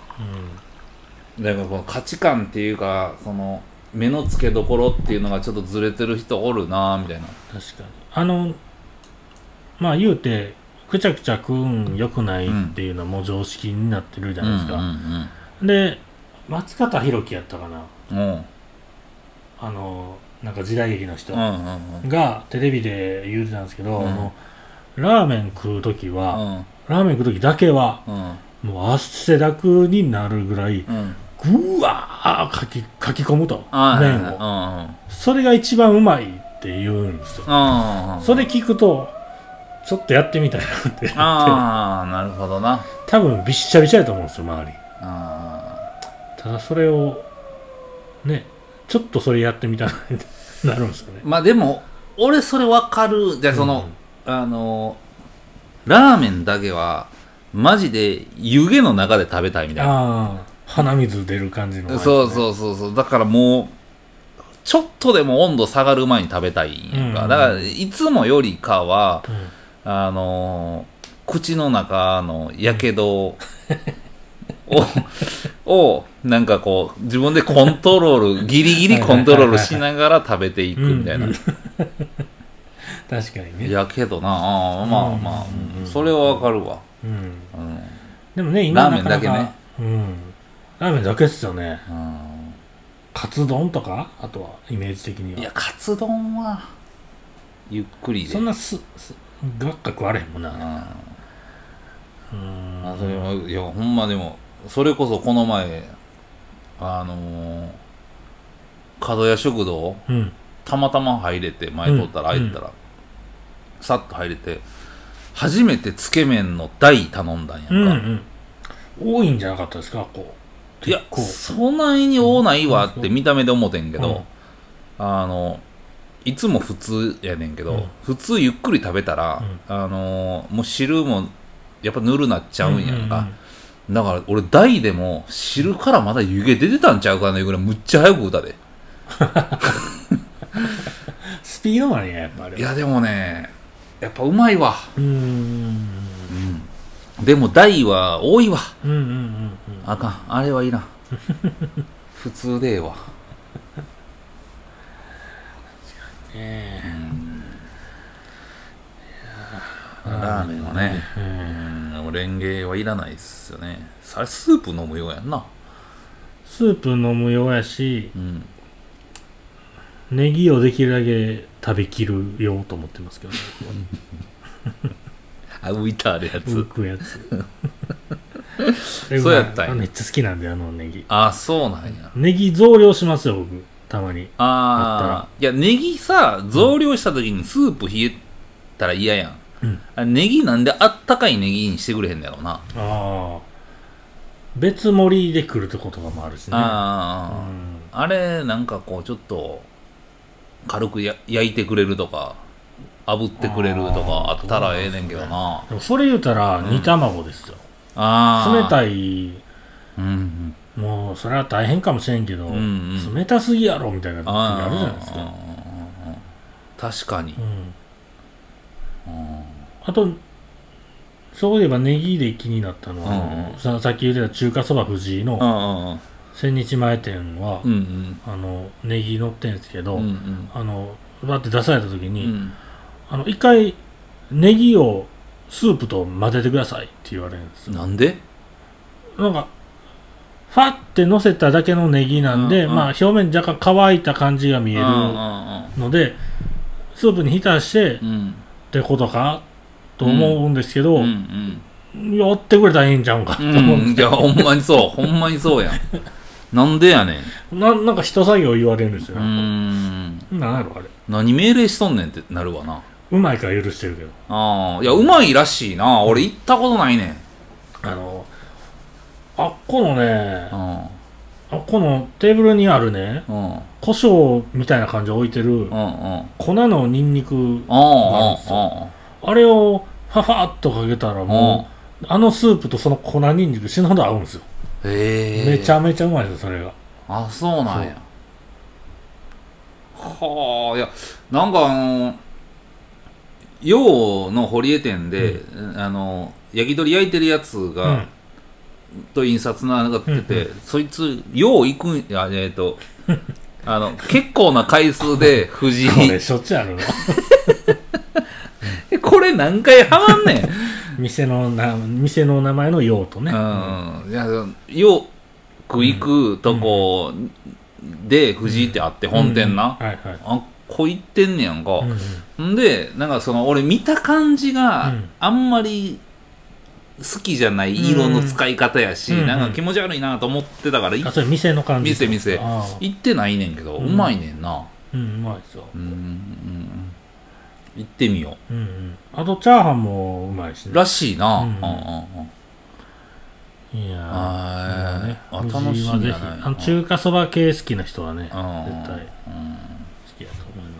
Speaker 1: かこの価値観っていうかその目の付けどころっていうのがちょっとずれてる人おるなみたいな
Speaker 2: 確かにあのまあ言うてくちゃくちゃ食うん良くないっていうのはもう常識になってるじゃないですか、で松方弘樹やったかな
Speaker 1: うんうんうんうん
Speaker 2: あのなんか時代劇の人
Speaker 1: うんうん
Speaker 2: がテレビで言うてたんですけど、
Speaker 1: うん
Speaker 2: あのラーメン食う時
Speaker 1: う
Speaker 2: は、
Speaker 1: ん
Speaker 2: ラーメン食う時だけは
Speaker 1: うん
Speaker 2: もう汗だくになるぐらい
Speaker 1: うん
Speaker 2: ぐわーかきかき込むと
Speaker 1: ああ
Speaker 2: 麺を、それが一番うまいって言うんですよ
Speaker 1: うんうんうん
Speaker 2: それ聞くとちょっとやってみたいなってなって
Speaker 1: ああなるほどな
Speaker 2: 多分びっしゃびしゃやと思うんですよ周り
Speaker 1: あ
Speaker 2: ただそれをねちょっとそれやってみたいななるんですよね
Speaker 1: ーまあでも俺それわかるじゃあその、あのラーメンだけはマジで湯気の中で食べたいみたいな
Speaker 2: ああ鼻水出る感じの、
Speaker 1: そう
Speaker 2: う
Speaker 1: そうそうそうだからもうちょっとでも温度下がる前に食べたいんやんか、
Speaker 2: うん
Speaker 1: だからいつもよりかは
Speaker 2: ん
Speaker 1: あのー口の中のやけ どををなんかこう自分でコントロールギリギリコントロールしながら食べていくみたいな
Speaker 2: うんうん確かにね
Speaker 1: やけどなあーまあ
Speaker 2: うん
Speaker 1: まあ、
Speaker 2: うん
Speaker 1: それはわかるわ、
Speaker 2: うん
Speaker 1: うんうん
Speaker 2: でもね今
Speaker 1: ラーメンだけね
Speaker 2: なかなかうんラーメンだけっすよねカツ丼とかあとはイメージ的にはい
Speaker 1: やカツ丼はゆっくりで
Speaker 2: そんなすすガッガ食われへんもんな
Speaker 1: う、
Speaker 2: うんん
Speaker 1: あそれはいやほんまでもそれこそこの前あのー、角屋食堂
Speaker 2: うん
Speaker 1: たまたま入れて前通ったら
Speaker 2: うん
Speaker 1: 入ったら、さっと入れて初めてつけ麺の大頼んだんやんか、
Speaker 2: うんうん多いんじゃなかったですかこう
Speaker 1: いや
Speaker 2: 結構
Speaker 1: そないに多ないわっ
Speaker 2: うん
Speaker 1: て見た目で思てんけど、あのいつも普通やねんけど、
Speaker 2: うん
Speaker 1: 普通ゆっくり食べたら、あのーもう汁もやっぱぬるなっちゃうんやんか、
Speaker 2: う
Speaker 1: だから俺大でも汁からまだ湯気出てたんちゃうかないうぐらいむっちゃ早く歌で
Speaker 2: スピードマンややっぱあれはい
Speaker 1: やでもねやっぱうまいわ、
Speaker 2: うーん
Speaker 1: うん、でも大は多いわ
Speaker 2: うんうんうんうん
Speaker 1: あかんあれ はいいな普通でええわ
Speaker 2: ええ
Speaker 1: ラーメンはね
Speaker 2: うん
Speaker 1: うんレンゲはいらないっすよねさスープ飲むようやんな
Speaker 2: スープ飲むようやし
Speaker 1: うん
Speaker 2: ネギをできるだけ食べきるようと思ってますけどね
Speaker 1: あ浮いたあるやつ、
Speaker 2: 浮くやつで
Speaker 1: そうやったんや
Speaker 2: まあめっちゃ好きなんであのネギ
Speaker 1: あそうなんや
Speaker 2: ネギ増量しますよ僕たまに
Speaker 1: ああいやネギさ増量した時にスープ冷えたら嫌やん、
Speaker 2: うん
Speaker 1: あネギなんであったかいネギにしてくれへんのやろうな、
Speaker 2: ああ別盛りで来るとことかもあるしね
Speaker 1: あ
Speaker 2: うん
Speaker 1: あ、あれなんかこうちょっと軽くや焼いてくれるとか炙ってくれるとかあったらええねんけどな
Speaker 2: でもそれ言うたら煮卵ですよ、
Speaker 1: ああ
Speaker 2: 冷
Speaker 1: い、
Speaker 2: たい
Speaker 1: うんうん、
Speaker 2: もうそれは大変かもしれんけど、
Speaker 1: んうん
Speaker 2: 冷たすぎやろみたいな時あるじゃないです
Speaker 1: あ
Speaker 2: か、
Speaker 1: ー確かに
Speaker 2: う、ん、
Speaker 1: うん
Speaker 2: あとそういえばネギで気になったのは、
Speaker 1: うんうん
Speaker 2: ささっき言ってた中華そば藤井
Speaker 1: う
Speaker 2: の
Speaker 1: んうん
Speaker 2: 千日前店は、
Speaker 1: うんうん
Speaker 2: あのネギ乗ってんですけど、
Speaker 1: うんうん
Speaker 2: あのバって出された時
Speaker 1: う
Speaker 2: に、
Speaker 1: ん
Speaker 2: あの一回ネギをスープと混ぜてくださいって言われるんですよ
Speaker 1: なんで
Speaker 2: なんか、ファって乗せただけのネギなんで、
Speaker 1: うんうん
Speaker 2: まあ表面若干乾いた感じが見える
Speaker 1: うん
Speaker 2: ので、スープに浸してっ
Speaker 1: うんうん
Speaker 2: てことかと思うんですけど、
Speaker 1: うんうん
Speaker 2: やってくれたらいいんちゃうんかと
Speaker 1: う
Speaker 2: 思う
Speaker 1: ん、
Speaker 2: ん
Speaker 1: いやほんまにそうほんまにそうやんなんでやねんう
Speaker 2: ななんか一作業言われるんですよ。
Speaker 1: ーん
Speaker 2: なんやろあれ。
Speaker 1: 何命令しとんねんってなるわな
Speaker 2: うまいから許してるけど。
Speaker 1: ああ、いや、うまいらしいな。俺行ったことないね。
Speaker 2: あの、あっこのね
Speaker 1: う、ん。
Speaker 2: あっこのテーブルにあるね、
Speaker 1: うん。うん。
Speaker 2: 胡椒みたいな感じで置いてる
Speaker 1: うん。うん。
Speaker 2: 粉のニンニク、
Speaker 1: うん。
Speaker 2: あれをファファっとかけたらもう、
Speaker 1: うん。
Speaker 2: あのスープとその粉にんにく死ぬほど合うんですよ。
Speaker 1: へえ。
Speaker 2: めちゃめちゃうまいですよ、それが。
Speaker 1: あ、そうなんや。はあ、いや、なんかあの、洋の堀江店で、あの、焼き鳥焼いてるやつ
Speaker 2: う
Speaker 1: が
Speaker 2: ん、。
Speaker 1: と印刷ながってて、
Speaker 2: う
Speaker 1: そいつ、よう行くんや、えっ、 と、あの、結構な回数で藤
Speaker 2: これ
Speaker 1: 井、
Speaker 2: しょっちゅうあるの。
Speaker 1: これ何回ハマん ねん。
Speaker 2: 店のな、店の名前の用途ね。
Speaker 1: うん、いやよく行くとこで藤井ってあって本店な、
Speaker 2: うんはいはい。
Speaker 1: あっこ行ってんねやんか
Speaker 2: う、んうん
Speaker 1: ん、でなんかその俺見た感じ
Speaker 2: う
Speaker 1: が
Speaker 2: ん
Speaker 1: あんまり好きじゃない色の使い方やし、
Speaker 2: うん
Speaker 1: なんか気持ち悪いなと思ってたから、い
Speaker 2: あ、それ店の感じ。
Speaker 1: 店店
Speaker 2: ああ
Speaker 1: 行ってないねんけど、う
Speaker 2: う
Speaker 1: んまいねんな
Speaker 2: うん、うまいですよ。
Speaker 1: うんうん行ってみよ
Speaker 2: うんうん。あと、チャーハンもうまいし
Speaker 1: う
Speaker 2: ね。
Speaker 1: らしいな、
Speaker 2: う
Speaker 1: うんんうんうん、
Speaker 2: いやー
Speaker 1: あー
Speaker 2: ね
Speaker 1: あ楽しみ
Speaker 2: 藤井
Speaker 1: や
Speaker 2: はぜ
Speaker 1: な
Speaker 2: ひあの中華そば系好きな人はね、絶
Speaker 1: うん
Speaker 2: 対好
Speaker 1: うん
Speaker 2: きだと思いま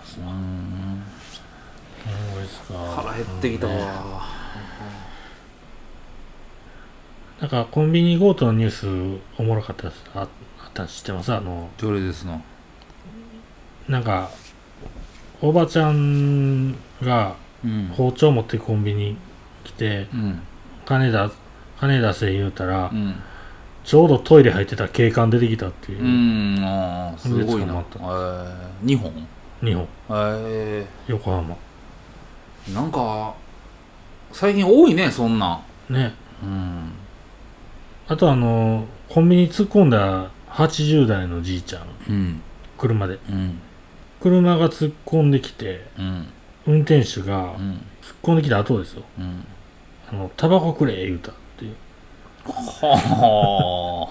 Speaker 2: すね。
Speaker 1: うん
Speaker 2: そうですか。
Speaker 1: 腹減減ってきたわ。
Speaker 2: なんかコンビニ強盗のニュースおもろかったですああったの知ってますあの
Speaker 1: どれですの
Speaker 2: なんかおばちゃんが
Speaker 1: うん。
Speaker 2: 包丁持ってコンビニ来て
Speaker 1: うん。
Speaker 2: 金出金出せ言うたら、
Speaker 1: うん。。
Speaker 2: ちょうどトイレ入ってた警官出てきたっていううん
Speaker 1: ああ、すごいな。え
Speaker 2: で捕
Speaker 1: ー、2本
Speaker 2: 日本
Speaker 1: え
Speaker 2: 横浜
Speaker 1: ー、なんか、最近多いね、そんなん。
Speaker 2: ね
Speaker 1: うん。
Speaker 2: あとあのコンビニ突っ込んだ80代のじいちゃん
Speaker 1: うん。
Speaker 2: 車で
Speaker 1: うん。
Speaker 2: 車が突っ込んできて
Speaker 1: うん。
Speaker 2: 運転手が
Speaker 1: うん。
Speaker 2: 突っ込んできた後ですよ
Speaker 1: うん。
Speaker 2: あのタバコくれ言うたっていう
Speaker 1: は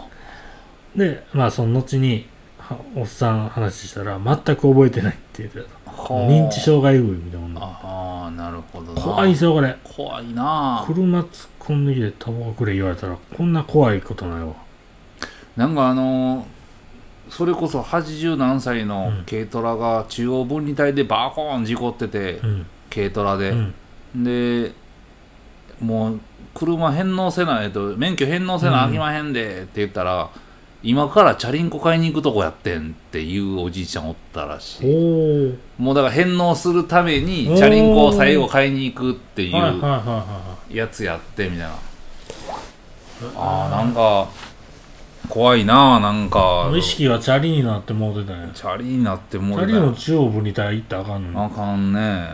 Speaker 2: でまあその後にはおっさん話したら全く覚えてないって言って
Speaker 1: あ。
Speaker 2: た認知。症外部みたいなもんだ
Speaker 1: ああ、なるほどな。
Speaker 2: 怖いですよこれ
Speaker 1: 怖いな
Speaker 2: 車突っ込んできてタバコくれ言われたらこんな怖いことないわ
Speaker 1: なんかあのーそれこそ80何歳の
Speaker 2: うん
Speaker 1: 軽トラが中央分離帯でバコーン事故ってて、
Speaker 2: うん
Speaker 1: 軽トラで
Speaker 2: う、ん
Speaker 1: でもう車返納せないと免許返納せなあきまへんでって言ったら、今からチャリンコ買いに行くとこやってんっていうおじいちゃんおったらしい
Speaker 2: おお
Speaker 1: もうだから返納するためにチャリンコを最後買いに行くってい
Speaker 2: はいはいはいうは
Speaker 1: やつやってみたいな、ああなんか怖いなあなん
Speaker 2: いはい
Speaker 1: か
Speaker 2: 無意識はチャリになってもうてたんや
Speaker 1: チ
Speaker 2: チ
Speaker 1: ャリになってもう
Speaker 2: ャ
Speaker 1: て
Speaker 2: リ
Speaker 1: た
Speaker 2: の中央分離帯行ったらあかんの
Speaker 1: あ
Speaker 2: に
Speaker 1: かんね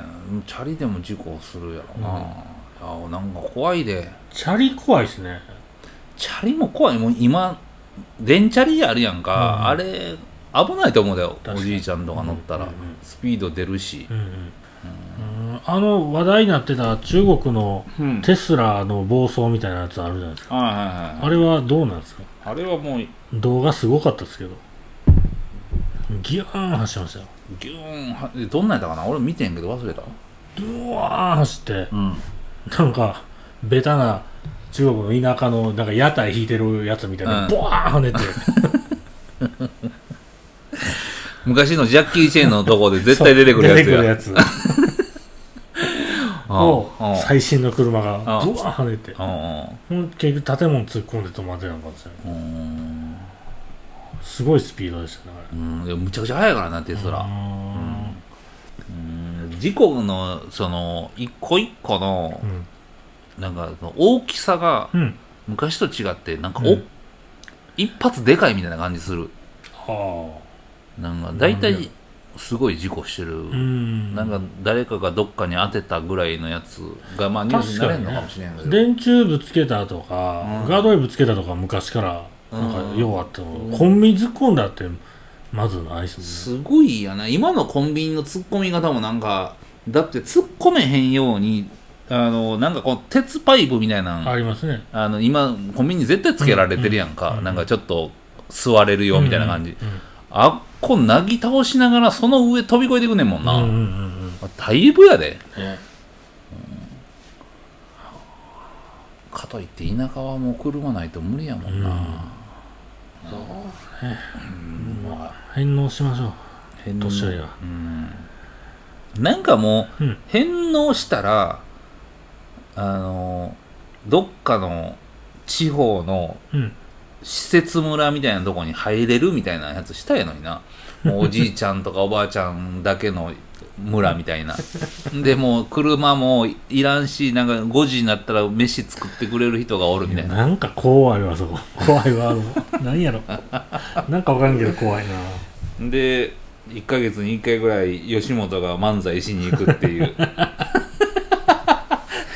Speaker 1: チャリでも事故するやろな、あなんか怖いで
Speaker 2: チャリ怖いっすね
Speaker 1: チャリも怖いもう今電チャリあるやんか、
Speaker 2: うん
Speaker 1: あれ危ないと思うだよ
Speaker 2: か
Speaker 1: お
Speaker 2: に
Speaker 1: じいちゃんとか乗ったら、
Speaker 2: うんうんうん
Speaker 1: スピード出るし
Speaker 2: う、んうんうんあの話題になってた中国の
Speaker 1: うん
Speaker 2: テスラの暴走みたいなやつあるじゃないですか
Speaker 1: はいはいはい
Speaker 2: あれはどうなんですか
Speaker 1: あれはもう
Speaker 2: 動画すごかったですけどギューン走ってましたよ
Speaker 1: ギューンはえどんなんやったかな俺見てんけど忘れた
Speaker 2: うわーン走って
Speaker 1: うん
Speaker 2: なんかベタな中国の田舎のなんか屋台引いてるやつみたいな、
Speaker 1: うん
Speaker 2: ボワーン跳ねて
Speaker 1: 昔のジャッキー・チェーンのとこで絶対出てくるやつ
Speaker 2: 出てくる
Speaker 1: や
Speaker 2: やつ
Speaker 1: うん
Speaker 2: を
Speaker 1: うん
Speaker 2: 最新の車がブワ
Speaker 1: うん
Speaker 2: ーン跳ねて
Speaker 1: う
Speaker 2: ほんと結局建物突っ込んで止まってたのかもしれない
Speaker 1: んうん
Speaker 2: すごいスピードでしたねあ
Speaker 1: うんいやむちゃくちゃ速いからなテ
Speaker 2: れ
Speaker 1: スラ
Speaker 2: うーん
Speaker 1: うん事故のその一個一個の
Speaker 2: うん
Speaker 1: なんかその大きさが
Speaker 2: うん
Speaker 1: 昔と違ってなんか
Speaker 2: うん
Speaker 1: お、一発でかいみたいな感じする
Speaker 2: は
Speaker 1: なんか大
Speaker 2: なん
Speaker 1: 体
Speaker 2: です
Speaker 1: ごい事故してる
Speaker 2: あうん
Speaker 1: なんか誰かがどっかに当てたぐらいのやつがまあニュースになれんのかもしれんけど、
Speaker 2: 電柱ぶつけたとか、
Speaker 1: うん
Speaker 2: ガードレールぶつけたとか昔からなん
Speaker 1: う
Speaker 2: か
Speaker 1: ん
Speaker 2: ようあったの、
Speaker 1: うん
Speaker 2: コンビニ突っ込んだってまずないっす
Speaker 1: すごいやな今のコンビニの突っ込み方もなんかだって突っ込めへんようにあのなんかこう鉄パイプみたいな
Speaker 2: もん
Speaker 1: ん
Speaker 2: ねありますね
Speaker 1: あの今コンビニ絶対つけられてるやんか、
Speaker 2: うんうん
Speaker 1: なんかちょっと座れるよみたいな感じ、
Speaker 2: う
Speaker 1: あっこなぎ倒しながらその上飛び越えていくねんもん
Speaker 2: んう
Speaker 1: な、
Speaker 2: んうんうんうんうん
Speaker 1: だいぶやで
Speaker 2: ね
Speaker 1: かといって田舎はもう車ないと無理やもんな、うんまあ
Speaker 2: 返納しましょう
Speaker 1: 返納
Speaker 2: 年寄りは
Speaker 1: うんなんかもう、
Speaker 2: うん
Speaker 1: 返納したらあのどっかの地方の
Speaker 2: うん
Speaker 1: 施設村みたいなとこに入れるみたいなやつしたいのに なもうおじいちゃんとかおばあちゃんだけの村みたいなでもう車もいらんしなんか5時になったら飯作ってくれる人がおるみたいな
Speaker 2: なんか怖いわそこ 怖いわあの何やろなんかわからんけど怖いな
Speaker 1: で1ヶ月に1回ぐらい吉本が漫才しに行くっていう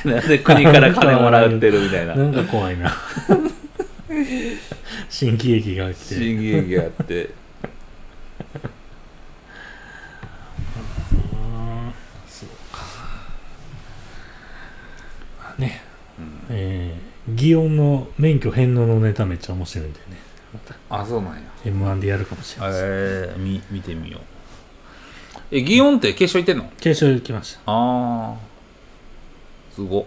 Speaker 1: なんで国から金もらってるみ たいな
Speaker 2: なんか怖い な新喜劇が来て
Speaker 1: 新喜劇やって
Speaker 2: うんそうか。ね。えー、祇園の免許返納のネタめっちゃ面白いんでね。
Speaker 1: あそうなんや
Speaker 2: M1 でやるかもしれないです。
Speaker 1: えー、み見てみようえ祇園って決勝行ってんの
Speaker 2: 決勝行きました。
Speaker 1: ああすごっ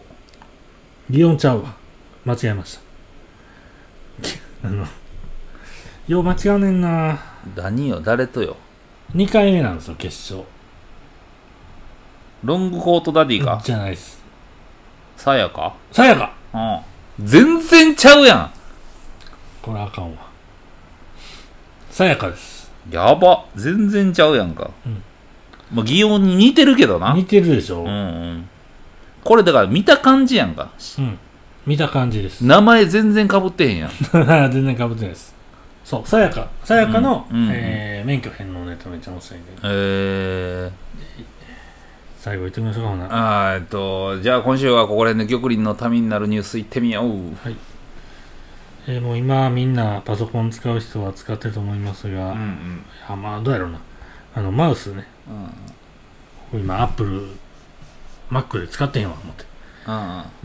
Speaker 2: 祇園ちゃうわ。間違えま した。あの、よう間違うねんな。
Speaker 1: 何よ誰とよ
Speaker 2: 2回目なんですよ、決勝。
Speaker 1: ロングコートダディか
Speaker 2: じゃないです。
Speaker 1: さやか
Speaker 2: さやか
Speaker 1: うん。全然ちゃうやん。
Speaker 2: これあかんわ。さやかです。
Speaker 1: やば。全然ちゃうやんか。
Speaker 2: うん
Speaker 1: まあ、擬音に似てるけどな。
Speaker 2: 似てるでし
Speaker 1: う
Speaker 2: ょ、うんん、
Speaker 1: うん。これだから見た感じやんか。
Speaker 2: 見た感じです。
Speaker 1: 名前全然かぶ ってへんやん。
Speaker 2: 全然かぶってないです。そう、さやか。さやかの、
Speaker 1: うんうんうん
Speaker 2: えー免許返納ネタめっちゃ面白いんで。
Speaker 1: えー、
Speaker 2: 最後言ってみましょうか、ほな。
Speaker 1: あーえっと、じゃあ今週はここら辺で玉林の民になるニュースいってみよう。
Speaker 2: えーもう今みんなパソコン使う人は使ってると思いますが、
Speaker 1: ん
Speaker 2: あまあどうやろうな。あの、マウスね。
Speaker 1: うん。うん
Speaker 2: 今、アップル、Mac で使ってへんわ、思って。
Speaker 1: うん。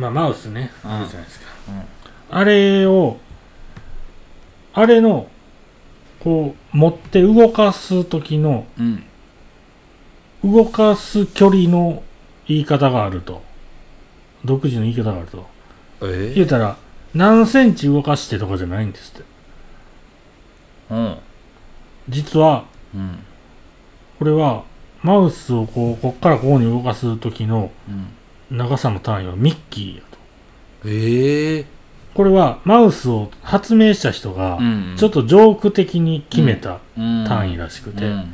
Speaker 2: まあ、マウスね。
Speaker 1: うん
Speaker 2: あるじゃないですか。
Speaker 1: うん
Speaker 2: あれを、あれの、こう、持って動かす時の、
Speaker 1: うん。
Speaker 2: 動かす距離の言い方があると。独自の言い方があると。
Speaker 1: えー、
Speaker 2: 言うたら、何センチ動かしてとかじゃないんですって。
Speaker 1: うん。
Speaker 2: 実は、
Speaker 1: うん。
Speaker 2: これは、マウスをこう、こっからここに動かす時の
Speaker 1: うん。
Speaker 2: 長さの単位はミッキーやと。
Speaker 1: ええ
Speaker 2: これは、マウスを発明した人が、
Speaker 1: ー。
Speaker 2: ちょっ
Speaker 1: と
Speaker 2: とジョーク的に決めた単
Speaker 1: 単
Speaker 2: 位
Speaker 1: だ
Speaker 2: らし
Speaker 1: う
Speaker 2: く
Speaker 1: んう
Speaker 2: て、
Speaker 1: ん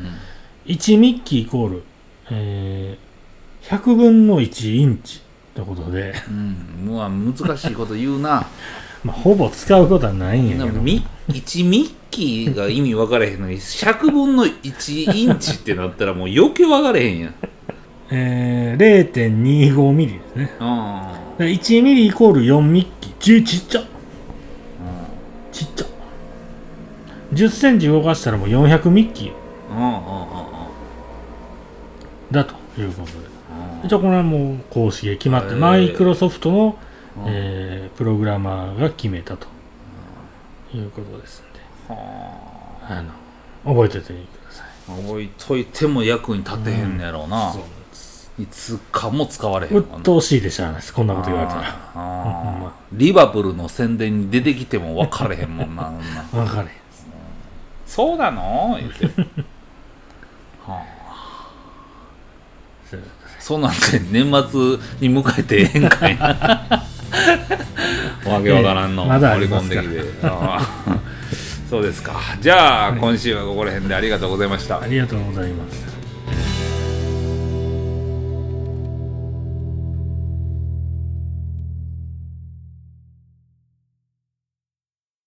Speaker 2: 1ミッキーイコール、えー100分の1インチってことで、
Speaker 1: うん。うわ、難しいこと言う な。
Speaker 2: まあ、ほぼ使うことはないんやけど、
Speaker 1: ミ1ミッキーが意味分からへんのに、100分の1インチってなったらもう余計分からへんやん。
Speaker 2: えー、0.25ミリですね。
Speaker 1: うん。
Speaker 2: だから1ミリイコール4ミッキー。ちちっちゃちっちゃ10センチ動かしたらもう400ミッキー
Speaker 1: うんうんうんうん
Speaker 2: だということで。
Speaker 1: うん
Speaker 2: じゃあこれはもう公式で決まって、
Speaker 1: へー
Speaker 2: マイクロソフトの、
Speaker 1: うん
Speaker 2: えープログラマーが決めたということですんで、
Speaker 1: は
Speaker 2: あの、覚えておいてください。
Speaker 1: あ置いといても役に立てへんのやろうな
Speaker 2: そうなんです。
Speaker 1: いつかも使われへん
Speaker 2: うっ
Speaker 1: もんな
Speaker 2: とうしいでしゃあないです。こんなこと言われたら。ほん
Speaker 1: あ
Speaker 2: ま
Speaker 1: ーリバプールの宣伝に出てきても分かれへんもん なそんな
Speaker 2: わかれへん。
Speaker 1: そうなの言って は
Speaker 2: そう
Speaker 1: あそうなんて年末に迎えてええん かいなわけわからんの
Speaker 2: ええまだあ
Speaker 1: 盛
Speaker 2: り
Speaker 1: り込
Speaker 2: ま
Speaker 1: ん
Speaker 2: す
Speaker 1: で
Speaker 2: から
Speaker 1: きてあ ーそうですかじゃあ、今週はここら辺でありがとうございました
Speaker 2: ありがとうございました。